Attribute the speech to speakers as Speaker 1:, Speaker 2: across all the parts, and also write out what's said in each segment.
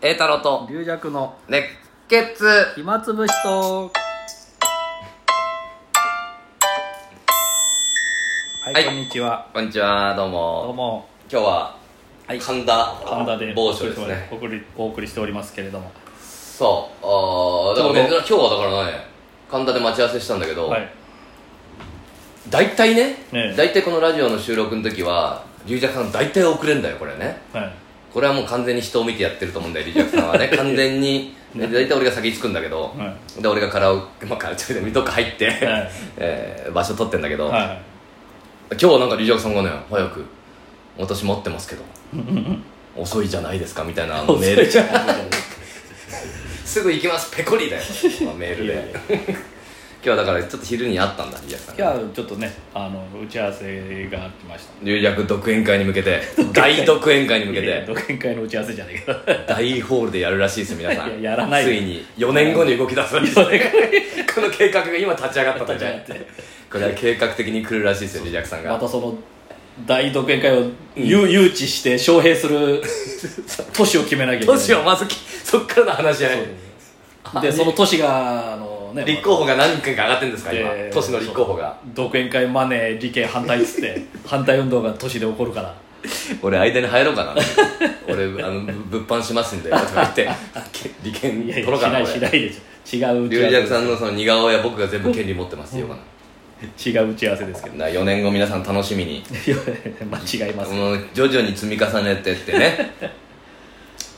Speaker 1: 栄太郎と
Speaker 2: 龍弱の
Speaker 1: 熱血
Speaker 2: 暇つぶしとはい、
Speaker 1: はい
Speaker 2: こんにちは
Speaker 1: こんにちはどう
Speaker 2: どう
Speaker 1: も
Speaker 2: も
Speaker 1: 今日は神田
Speaker 2: 神田で
Speaker 1: 某所ですね
Speaker 2: お送りお送りしておりますけれども
Speaker 1: そうあーだからね今日はだからね神田で待ち合わせしたんだけど、
Speaker 2: はい
Speaker 1: 大体ね
Speaker 2: ええ
Speaker 1: 大体このラジオの収録の時は龍尺さん大体遅れんだよこれね
Speaker 2: はい
Speaker 1: これはもう完全に人を見てやってると思うんだよ龍尺さんは ね完全にで大体俺が先に着くんだけど、
Speaker 2: は
Speaker 1: で俺がカラオケ、まあ、カラオケでどっか入って、
Speaker 2: え
Speaker 1: えー場所取ってんだけど、
Speaker 2: は
Speaker 1: 今日なんかリジャクさんがね早く「私待ってますけど遅いじゃないですか」みたいなあのメールすぐ行きますペコリだよまあメール
Speaker 2: いやい
Speaker 1: で
Speaker 2: や
Speaker 1: 今日はだからちょっと昼に会ったんだリジャクさん
Speaker 2: 今日はちょっとねあの打ち合わせがありました
Speaker 1: 龍尺独演会に向けて大独演会に向け
Speaker 2: いやいや
Speaker 1: て
Speaker 2: 独演会の打ち合わせじゃないけど
Speaker 1: 大ホールでやるらしいです皆さん
Speaker 2: いややらない
Speaker 1: ついに4年後に動き出すらしいですねこの計画が今立ち上がったと
Speaker 2: 立ち上がっ
Speaker 1: ね
Speaker 2: て
Speaker 1: これは計画的に来るらしいですよリジャクさん
Speaker 2: ま
Speaker 1: が
Speaker 2: たその大独演会を誘誘致して招聘 する都市を決めなきゃいけない
Speaker 1: 都市をまずきそっからの話じゃない
Speaker 2: でその都市があのね
Speaker 1: 立候補が何人か上がってるんですか今
Speaker 2: で
Speaker 1: 都市の立候補が
Speaker 2: そう独演会マネー利権反対っつって 反対運動が都市で起こるから
Speaker 1: 俺間に入ろうかな俺あのぶ物販しますんでとか言ってけ利権
Speaker 2: いや
Speaker 1: 取
Speaker 2: い
Speaker 1: ろ
Speaker 2: や
Speaker 1: う
Speaker 2: し
Speaker 1: かな
Speaker 2: ない
Speaker 1: 俺
Speaker 2: しないでしょ違う打
Speaker 1: 龍
Speaker 2: ち
Speaker 1: 尺
Speaker 2: 合わ
Speaker 1: さんのその似顔絵は僕が全部権利持ってますよか
Speaker 2: せ違う打ち合わせですけど
Speaker 1: な4年後皆さん楽しみに
Speaker 2: いや まあ違います
Speaker 1: もう徐々に積み重ねてってね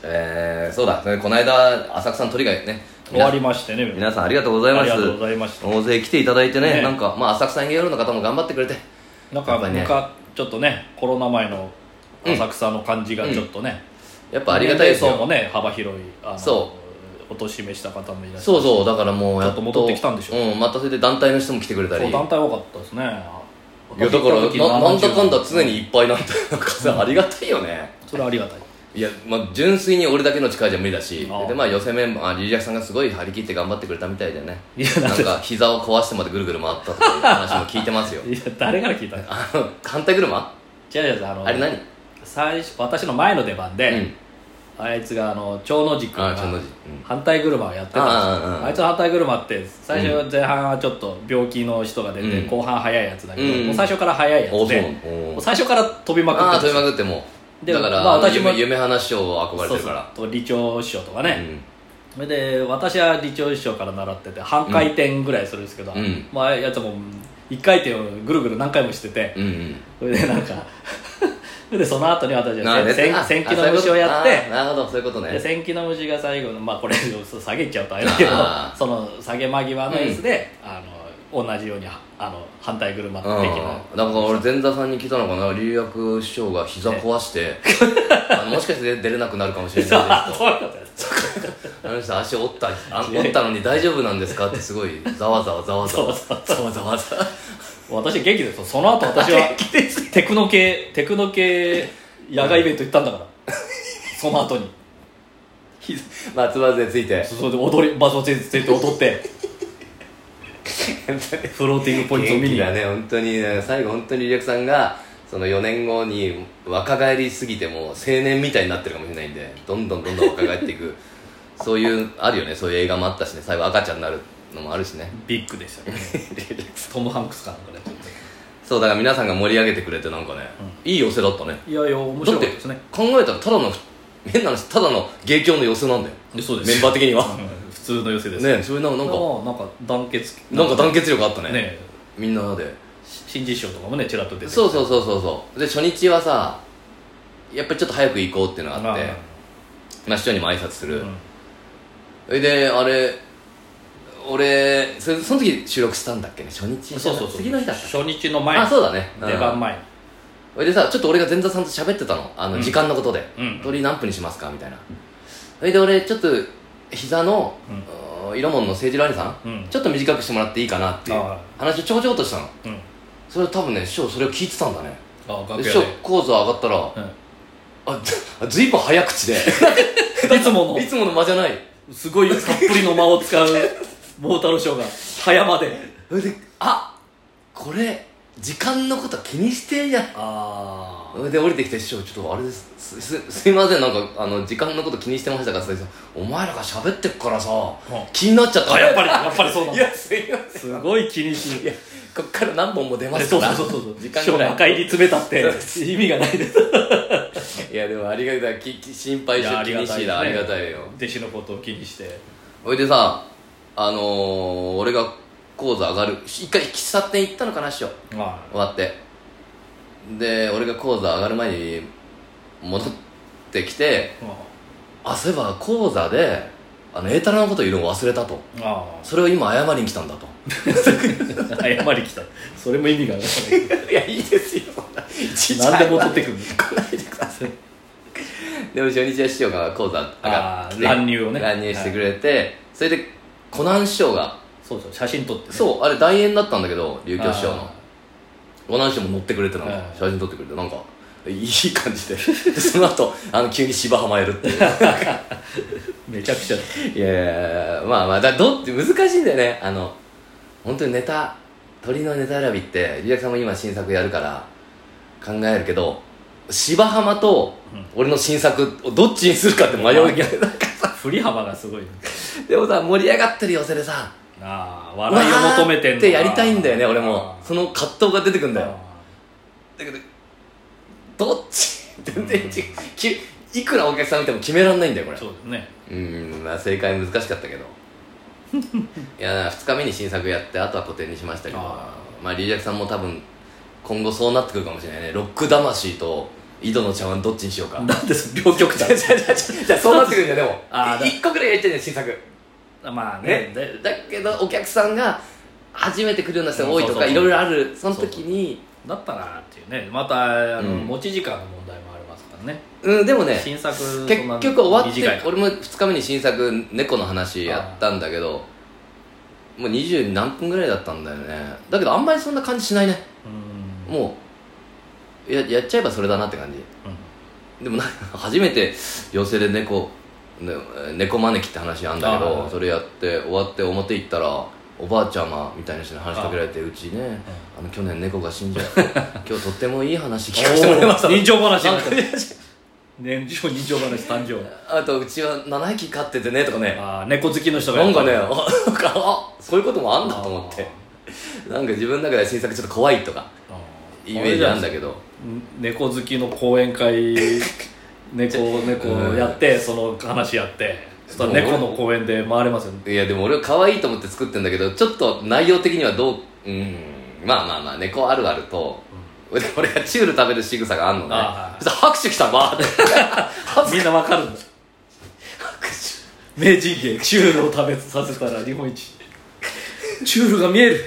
Speaker 1: えー、そうだそれこの間浅草の鳥がね
Speaker 2: 終わりましてね
Speaker 1: 皆さんありがとうございます
Speaker 2: ありがとうございました
Speaker 1: 大勢来ていただいてね
Speaker 2: ね
Speaker 1: なんか、まあ、浅草に夜の方も頑張ってくれて
Speaker 2: な
Speaker 1: や
Speaker 2: んか
Speaker 1: っぱりね
Speaker 2: 昔ちょっとねコロナ前の浅草の感じがちょっとね、
Speaker 1: やっぱありがたいです
Speaker 2: 年齢層
Speaker 1: よ
Speaker 2: もね幅広いあの
Speaker 1: そ
Speaker 2: お年めした方もいらっしゃる
Speaker 1: そうそうだからもうやっと
Speaker 2: ちょっと戻ってきたんでしょ
Speaker 1: うん、またそれで団体の人も来てくれたり
Speaker 2: そう団体多かったですね
Speaker 1: いやだから
Speaker 2: 私行った時70
Speaker 1: ななんだかんだ常にいっぱいなんてなんかさ ありがたいよね
Speaker 2: それはありがたい
Speaker 1: いや、まあ、純粋に俺だけの力じゃ無理だし
Speaker 2: ああ
Speaker 1: でまあ予選メンバーあリリアクさんがすごい張り切って頑張ってくれたみたいでね
Speaker 2: いや
Speaker 1: な
Speaker 2: なんんで
Speaker 1: か膝を壊してまでぐるぐる回ったとかいう話も聞いてますよ
Speaker 2: いや誰から聞いたの
Speaker 1: あの反対車
Speaker 2: 違う違うあの
Speaker 1: あれ何
Speaker 2: 最初私の前の出番で、
Speaker 1: うん
Speaker 2: あいつがあの長野軸
Speaker 1: あ
Speaker 2: が
Speaker 1: 長野軸うん
Speaker 2: 反対車をやってたんですよ
Speaker 1: ああああああ
Speaker 2: あいつの反対車って最初前半はちょっと病気の人が出て、
Speaker 1: うん
Speaker 2: 後半速いやつだけど、
Speaker 1: うん
Speaker 2: もう最初から速いや
Speaker 1: おそ
Speaker 2: つ
Speaker 1: う
Speaker 2: で
Speaker 1: なのお
Speaker 2: もう
Speaker 1: ー
Speaker 2: 最初から飛びまく
Speaker 1: ああ
Speaker 2: って
Speaker 1: 飛
Speaker 2: た
Speaker 1: びまくってもう
Speaker 2: で
Speaker 1: だから、
Speaker 2: まあ
Speaker 1: あの
Speaker 2: 私も
Speaker 1: 夢夢話を憧れて
Speaker 2: そう
Speaker 1: る
Speaker 2: そ
Speaker 1: か
Speaker 2: う
Speaker 1: ら
Speaker 2: と理長師匠とか
Speaker 1: う
Speaker 2: ね、それで私は理長師匠から習ってて半回転ぐらいするんですけど、
Speaker 1: うん
Speaker 2: まあやつも1回転をぐるぐる何回もしてて、
Speaker 1: んうんうん
Speaker 2: それでな んかそれでその後に私
Speaker 1: な
Speaker 2: は
Speaker 1: るほど
Speaker 2: せん
Speaker 1: あ
Speaker 2: 千切り
Speaker 1: あ
Speaker 2: の虫をやっ
Speaker 1: そういう
Speaker 2: て
Speaker 1: ことあーなるほどそういうこと
Speaker 2: で
Speaker 1: ね
Speaker 2: 千機の虫が最後のまあこれそう下げちゃうとあれだけど
Speaker 1: あー
Speaker 2: その下げ間際のやつで、あの同じようにはあの反対車的な、
Speaker 1: うん、だから俺前座さんに来たのかな龍薬師匠が膝壊して あのもしかして出れなくなるかもしれない
Speaker 2: あ
Speaker 1: です
Speaker 2: そういうことです
Speaker 1: とあの人足折ったあ折ったのに大丈夫なんですかってすごいざわざわざわざわ
Speaker 2: ざわ
Speaker 1: ざわざわざわ
Speaker 2: 私元気ですよその後私はテクノ系テクノ系野外イベント行ったんだからその後に
Speaker 1: 膝松葉杖ついて
Speaker 2: それで踊り場所全然踊って フローティングポイントを
Speaker 1: 元
Speaker 2: 見
Speaker 1: 気
Speaker 2: に
Speaker 1: だね本当にね最後本当に龍薬さんがその4年後に若返りすぎてもう青年みたいになってるかもしれないんでどんどんどんどん若返っていくそういうあるよねそういう映画もあったしね最後赤ちゃんになるのもあるしね
Speaker 2: ビッグでしたねトム・ハンクスかなんかで
Speaker 1: そうだから皆さんが盛り上げてくれてなんかね、いい寄せだったね
Speaker 2: いやいや面
Speaker 1: だ
Speaker 2: 白
Speaker 1: っ
Speaker 2: かってたですね
Speaker 1: 考えたらただの変な話ただの芸協の寄せなんだよ
Speaker 2: でそうです
Speaker 1: メンバー的には
Speaker 2: うん普通の寄せです
Speaker 1: ねそれなんかなんか
Speaker 2: もうなんか団結
Speaker 1: なんか団結力あったね
Speaker 2: ね
Speaker 1: みんなで
Speaker 2: 新人賞とかもねちらっと出て
Speaker 1: そう
Speaker 2: う
Speaker 1: そうそうそうそうで初日はさやっぱりちょっと早く行こうっていうのがあってまあ市長にも挨拶する、それであれ俺そその時収録したんだっけね初日
Speaker 2: そうそうそう
Speaker 1: 次の日だった
Speaker 2: 初日の前
Speaker 1: あそうだねうん
Speaker 2: 出番前
Speaker 1: それでさちょっと俺が前座さんと喋ってたのあの
Speaker 2: うん
Speaker 1: 時間のことで、
Speaker 2: うん
Speaker 1: 鳥何分にしますかみたいなそれで俺ちょっと膝の、うーん、色物の誠治郎兄さん、
Speaker 2: うん
Speaker 1: ちょっと短くしてもらっていいかなっていう
Speaker 2: ああ
Speaker 1: 話をちょこちょことしたの
Speaker 2: うん
Speaker 1: それ多分ね師匠それを聞いてたんだね
Speaker 2: あ
Speaker 1: で
Speaker 2: 楽
Speaker 1: 師
Speaker 2: 屋
Speaker 1: 匠
Speaker 2: で
Speaker 1: 講座上がったら、あずあずいぶん早口で
Speaker 2: うんいつ も
Speaker 1: いつもの間じゃない
Speaker 2: のすごいたっぷりの間を使う桃太郎師匠が早まで
Speaker 1: それであこれ時間のことは気にしてんじゃん
Speaker 2: あ
Speaker 1: それで降りてきて師匠ちょっとあれですすすすいませんなんかあの時間のこと気にしてましたから最初お前らが喋ってっからさ、
Speaker 2: ん
Speaker 1: 気になっちゃった
Speaker 2: あやっぱりやっぱりそうなん
Speaker 1: い
Speaker 2: だ
Speaker 1: やすいません
Speaker 2: すごい気にし
Speaker 1: いやこっから何本も出ます
Speaker 2: そ
Speaker 1: か
Speaker 2: うそ
Speaker 1: ら
Speaker 2: うそうそう
Speaker 1: 時間
Speaker 2: 師匠
Speaker 1: ぐら
Speaker 2: の
Speaker 1: い
Speaker 2: 赤入り詰めたって意味がないです
Speaker 1: いやでもありがたいきき心配して気にしいだありがたいよ
Speaker 2: 弟子のことを気にして
Speaker 1: ほいでさあのー、俺が講座上がる一回喫茶店行ったのかな師匠
Speaker 2: ま
Speaker 1: 終わってで俺が講座上がる前に戻ってきて
Speaker 2: あま
Speaker 1: あそういえば講座であの栄太郎のこと言うのを忘れたと
Speaker 2: あま
Speaker 1: それを今謝りに来たんだと
Speaker 2: あ謝りきたそれも意味がない
Speaker 1: いやいいですよそんなちっちゃい
Speaker 2: 何でも取ってくる
Speaker 1: 来ないでくださいでも初日は師匠が講座上がって
Speaker 2: あー乱入をね
Speaker 1: 乱入してくれて、それでコナン師匠が
Speaker 2: そうそう写真撮ってね
Speaker 1: そうあれ大円だったんだけど
Speaker 2: う
Speaker 1: 琉球師匠のコナン師匠も乗ってくれてなんか、
Speaker 2: はい
Speaker 1: 写真撮ってくれてなんかいい感じででその後あの急に芝浜やるっていう
Speaker 2: めちゃく ちゃ
Speaker 1: いやいやいやまあまあだどっち難しいんだよねあの本当にネタ鳥のネタ選びって龍クさんも今新作やるから考えるけど芝浜と俺の新作をどっちにするかって迷うけど、なんか
Speaker 2: 振り幅がすごいね
Speaker 1: でもさ盛り上がってる寄せでさ
Speaker 2: ああ笑いを求めてん
Speaker 1: っ
Speaker 2: の
Speaker 1: てやりたいんだよね俺も
Speaker 2: ああ
Speaker 1: その葛藤が出てくんだよ
Speaker 2: あ
Speaker 1: だけどどっち 全然違う、きいくらお客さん見ても決めらんないんだよこ
Speaker 2: あ
Speaker 1: れ
Speaker 2: そうだね
Speaker 1: うんまあ正解難しかったけ どいや2日目に新作やってあとは古典にしましたけど
Speaker 2: あ
Speaker 1: まあリリアクさんも多分今後そうなってくるかもしれないねロック魂と井戸の茶碗どっちにしようか
Speaker 2: なんでその両極端
Speaker 1: じゃあそうなってくるんだよでも
Speaker 2: あーだ
Speaker 1: 1個ぐらいやっちゃうんだよ新作
Speaker 2: まあね
Speaker 1: ね
Speaker 2: で
Speaker 1: だけどお客さんが初めて来るような人が多いと
Speaker 2: そうそ
Speaker 1: か
Speaker 2: うそう
Speaker 1: いろいろあるその時に
Speaker 2: だったらっていうねまたあの、
Speaker 1: うん
Speaker 2: 持ち時間の問題もありますからね
Speaker 1: うんでもね
Speaker 2: 新作
Speaker 1: 結局終わって
Speaker 2: 短い
Speaker 1: 俺も2日目に新作「猫の話」やったんだけどもう二十何分ぐらいだったんだよねだけどあんまりそんな感じしないね
Speaker 2: うん
Speaker 1: もうややっちゃえばそれだなって感じでもな初めて寄席で猫、ね、猫招きって話あんだけ
Speaker 2: あ
Speaker 1: ど
Speaker 2: ー
Speaker 1: それやって終わって表行ったらおばあちゃまみたいな人に話しかけられてうちねあの去年猫が死んじゃって 今日とってもいい話聞かせてもらいました
Speaker 2: おー人情話なんか年長 人情話誕生
Speaker 1: あとうちは7匹飼っててねとかね
Speaker 2: あー猫好きの人が
Speaker 1: なんかね、
Speaker 2: や
Speaker 1: あ
Speaker 2: っぱり
Speaker 1: なんかあそういうこともあんだと思って、 なんか自分の中では新作ちょっと怖いとか、
Speaker 2: あー
Speaker 1: イメージあんだけど、
Speaker 2: 猫好きの講演 会猫猫やってその話やってそしたら猫の公演で回れますよね
Speaker 1: いや、でも俺は可愛いと思って作ってんだけど、ちょっと内容的にはどう、うん、まあまあまあ、猫あるあると、で俺がチュール食べる仕草があんのね
Speaker 2: あ、ー
Speaker 1: そしたら拍手来た、ばーって。
Speaker 2: みんなわかるんだ
Speaker 1: 拍
Speaker 2: 名人芸チュールを食べさせたら日本一チュールが見える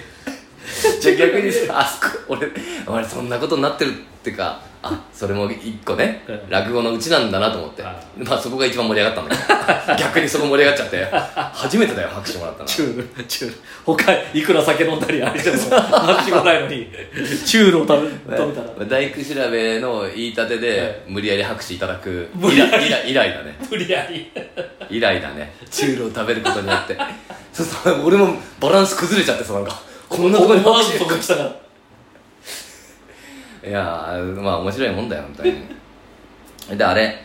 Speaker 1: 手 じゃあ逆にさ、 あそこ、俺、俺そんなことになってるってか、あ、それも一個ね
Speaker 2: う、ん
Speaker 1: 落語のうちなんだなと思って、
Speaker 2: あ
Speaker 1: まあそこが一番盛り上がったんだけど、逆にそこ盛り上がっちゃって、初めてだよ、拍手もらったの。
Speaker 2: チュールチュール他いくら酒飲んだりあれでも話がないのにチュールを食べ食べた ら
Speaker 1: 大工調べの言い立てで、
Speaker 2: はい
Speaker 1: 無理やり拍手いただく
Speaker 2: 無
Speaker 1: イ
Speaker 2: 理や
Speaker 1: ライライライだね
Speaker 2: 無理やり
Speaker 1: イライだねチュールを食べることによって そうそう俺もバランス崩れちゃってさなんかこんなと
Speaker 2: 思
Speaker 1: こに
Speaker 2: わ
Speaker 1: 拍
Speaker 2: ず
Speaker 1: 手
Speaker 2: とか来たから
Speaker 1: いやーまあ面白いもんだよ本当 にであれ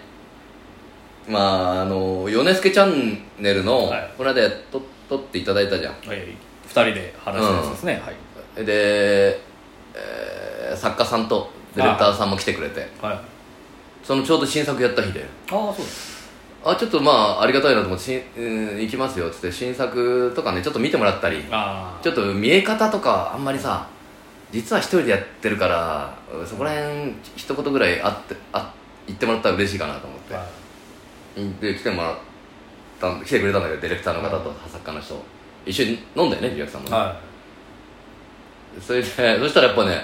Speaker 1: まああの米助チャンネルの、
Speaker 2: はい
Speaker 1: この間と撮っていただいたじゃん
Speaker 2: はい2人で話したやつですね、はい
Speaker 1: で、えー作家さんとディレクターさんも来てくれて
Speaker 2: はいあ
Speaker 1: そのちょうど新作やった日で
Speaker 2: あそうです
Speaker 1: あちょっとまあありがたいなと思ってしん、うん、行きますよっつって新作とかねちょっと見てもらったり
Speaker 2: ああ
Speaker 1: ちょっと見え方とかあんまりさ実は一人でやってるからうんそこら辺一言ぐらいあってあ言ってもらったら嬉しいかなと思って、
Speaker 2: はい
Speaker 1: で来てもらったん来てくれたんだけどディレクターの方と作家の人一緒に飲んだよねリアクさんも、
Speaker 2: は
Speaker 1: それでそしたらやっぱね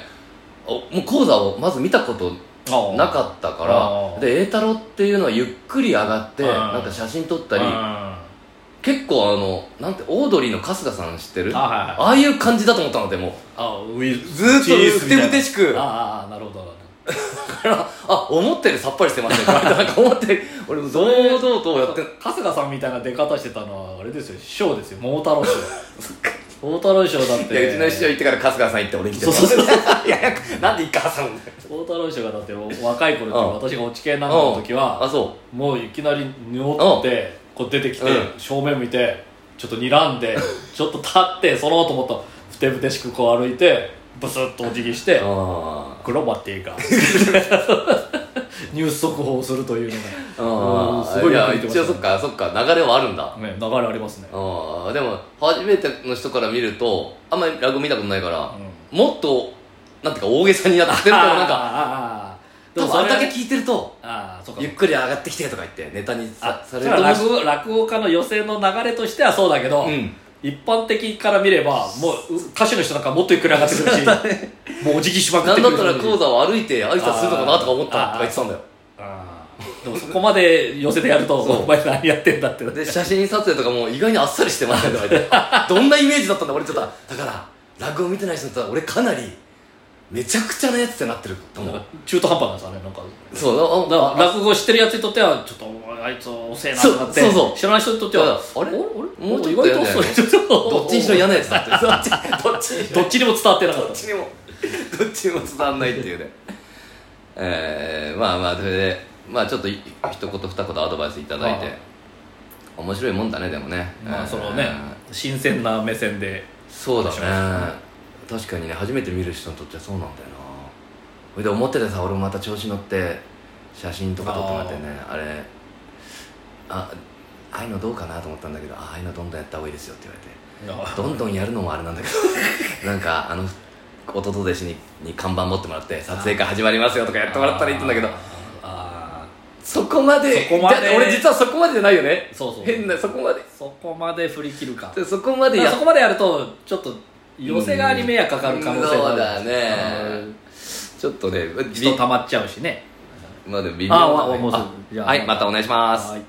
Speaker 1: おもう講座をまず見たこと
Speaker 2: いああ
Speaker 1: なかったか
Speaker 2: あ
Speaker 1: ら
Speaker 2: ー
Speaker 1: で栄太郎っていうのはゆっくり上がって
Speaker 2: うん
Speaker 1: なんか写真撮ったり
Speaker 2: うんあ
Speaker 1: 結構あのなんてオードリーの春日さん知ってる
Speaker 2: あ
Speaker 1: あ
Speaker 2: はいはい
Speaker 1: あいう感じだと思ったのでもう
Speaker 2: あウィズ
Speaker 1: ずーっとうてうてしく
Speaker 2: ああああなるほどなるほど
Speaker 1: ああ思ったよりさっぱりしてますねなんか思 ったより俺も堂々とやって
Speaker 2: 春日さんみたいな出方してたのはあれですよ師匠ですよ桃太郎師匠 トータロイショーだっ
Speaker 1: いやうちの師匠
Speaker 2: て
Speaker 1: 行ってから春日さん行って俺来てる
Speaker 2: そうそうそう
Speaker 1: いやなんで一回挟むんだよ
Speaker 2: トータロイショーがだって若い頃って
Speaker 1: うん
Speaker 2: 私が落ち系なんかの時
Speaker 1: あ
Speaker 2: は
Speaker 1: そ
Speaker 2: もういきなり尿ってこう出てきて
Speaker 1: う
Speaker 2: 正面見てちょっと睨んでちょっと立ってその後もっとふてぶてしくこう歩いてブスッとお辞儀して
Speaker 1: うあ
Speaker 2: クロバっていうかニュース速報をするというの
Speaker 1: ー
Speaker 2: がうん
Speaker 1: あ
Speaker 2: す
Speaker 1: ー
Speaker 2: ご
Speaker 1: い
Speaker 2: い
Speaker 1: や
Speaker 2: 役に立
Speaker 1: 一
Speaker 2: ち
Speaker 1: 応
Speaker 2: ました
Speaker 1: そっかそっか流れはあるんだ
Speaker 2: ねね流れありますね
Speaker 1: あーでも初めての人から見るとあんまり落語見たことないから、もっとなんていうか大げさになってるとなんか
Speaker 2: か で
Speaker 1: 多
Speaker 2: も
Speaker 1: 分あ
Speaker 2: そ
Speaker 1: ん
Speaker 2: れ
Speaker 1: だけ聞いてると
Speaker 2: ああそうか
Speaker 1: ゆっくり上がってきてとか言ってネタにさ
Speaker 2: あ
Speaker 1: さ
Speaker 2: それ
Speaker 1: れる
Speaker 2: は
Speaker 1: と思う
Speaker 2: 落語落語家の寄席の流れとしてはそうだけど、
Speaker 1: うん
Speaker 2: 一般的から見ればもうう歌手の人なんかもっとゆっくり上がってくるし、もうお辞儀しまくっ
Speaker 1: な
Speaker 2: て
Speaker 1: ん
Speaker 2: く
Speaker 1: だ
Speaker 2: る
Speaker 1: ったら講座を歩いて挨拶するのかなとか思ったと
Speaker 2: あー
Speaker 1: か言ってたんだよ
Speaker 2: ああでもそこまで寄せてやると
Speaker 1: そう
Speaker 2: お前何やってんだってなって
Speaker 1: で写真撮影とかも意外にあっさりしてましたとか 言ってどんなイメージだったんだ俺ちょっとだから落語見てない人だったら俺かなりめちゃくちゃなやつってなってると思
Speaker 2: なん
Speaker 1: う
Speaker 2: か中途半端なんですよねなんか
Speaker 1: そう
Speaker 2: だから
Speaker 1: あ
Speaker 2: 落語知ってるやつにとってはちょっとお前あいつ遅えなとかって
Speaker 1: そうそうそう
Speaker 2: 知らない人にとっては
Speaker 1: あれも
Speaker 2: も
Speaker 1: う
Speaker 2: う
Speaker 1: ちょ
Speaker 2: 意
Speaker 1: っと
Speaker 2: 外
Speaker 1: や
Speaker 2: と
Speaker 1: だよ
Speaker 2: 遅
Speaker 1: ね
Speaker 2: いちょっと
Speaker 1: どっちにしろ嫌なやつだってどっちどっち
Speaker 2: どっちにも伝わってなかっ
Speaker 1: ど
Speaker 2: た
Speaker 1: っちにも どっちにも伝わんないっていうねえー、まあまあそれでまあちょっとい一言二言アドバイスいただいて
Speaker 2: あ
Speaker 1: 面白いもんだねでもね
Speaker 2: ま
Speaker 1: う
Speaker 2: あ
Speaker 1: ん
Speaker 2: そのね新鮮な目 線で
Speaker 1: そうだ
Speaker 2: 面白
Speaker 1: ね確かにね初めて見る人にとってはそうなんだよなそれで思っててさ俺もまた調子乗って写真とか撮ってもらってねあれあああいうのどうかなと思ったんだけどあああいうのどんどんやった方がいいですよって言われてどんどんやるのもあれなんだけど なんかあの弟弟子にに看板持ってもらって撮影会始まりますよとかやってもらったらいいんだけど
Speaker 2: あ
Speaker 1: そこまで
Speaker 2: そこまで
Speaker 1: じゃ俺実はそこまでじゃないよね
Speaker 2: ーそうそう
Speaker 1: 変なそこまで
Speaker 2: そこまで振り切るか
Speaker 1: でそこまで
Speaker 2: だか
Speaker 1: や
Speaker 2: らそこまでやるとちょっと寄せ側に迷惑かかる可能性も
Speaker 1: う
Speaker 2: ある
Speaker 1: んそうだねちょっとね
Speaker 2: うん人溜まっちゃうしね
Speaker 1: まあでも微妙
Speaker 2: あ
Speaker 1: な
Speaker 2: わわもうそう
Speaker 1: あ
Speaker 2: じゃあ
Speaker 1: はいまたお願いします
Speaker 2: はい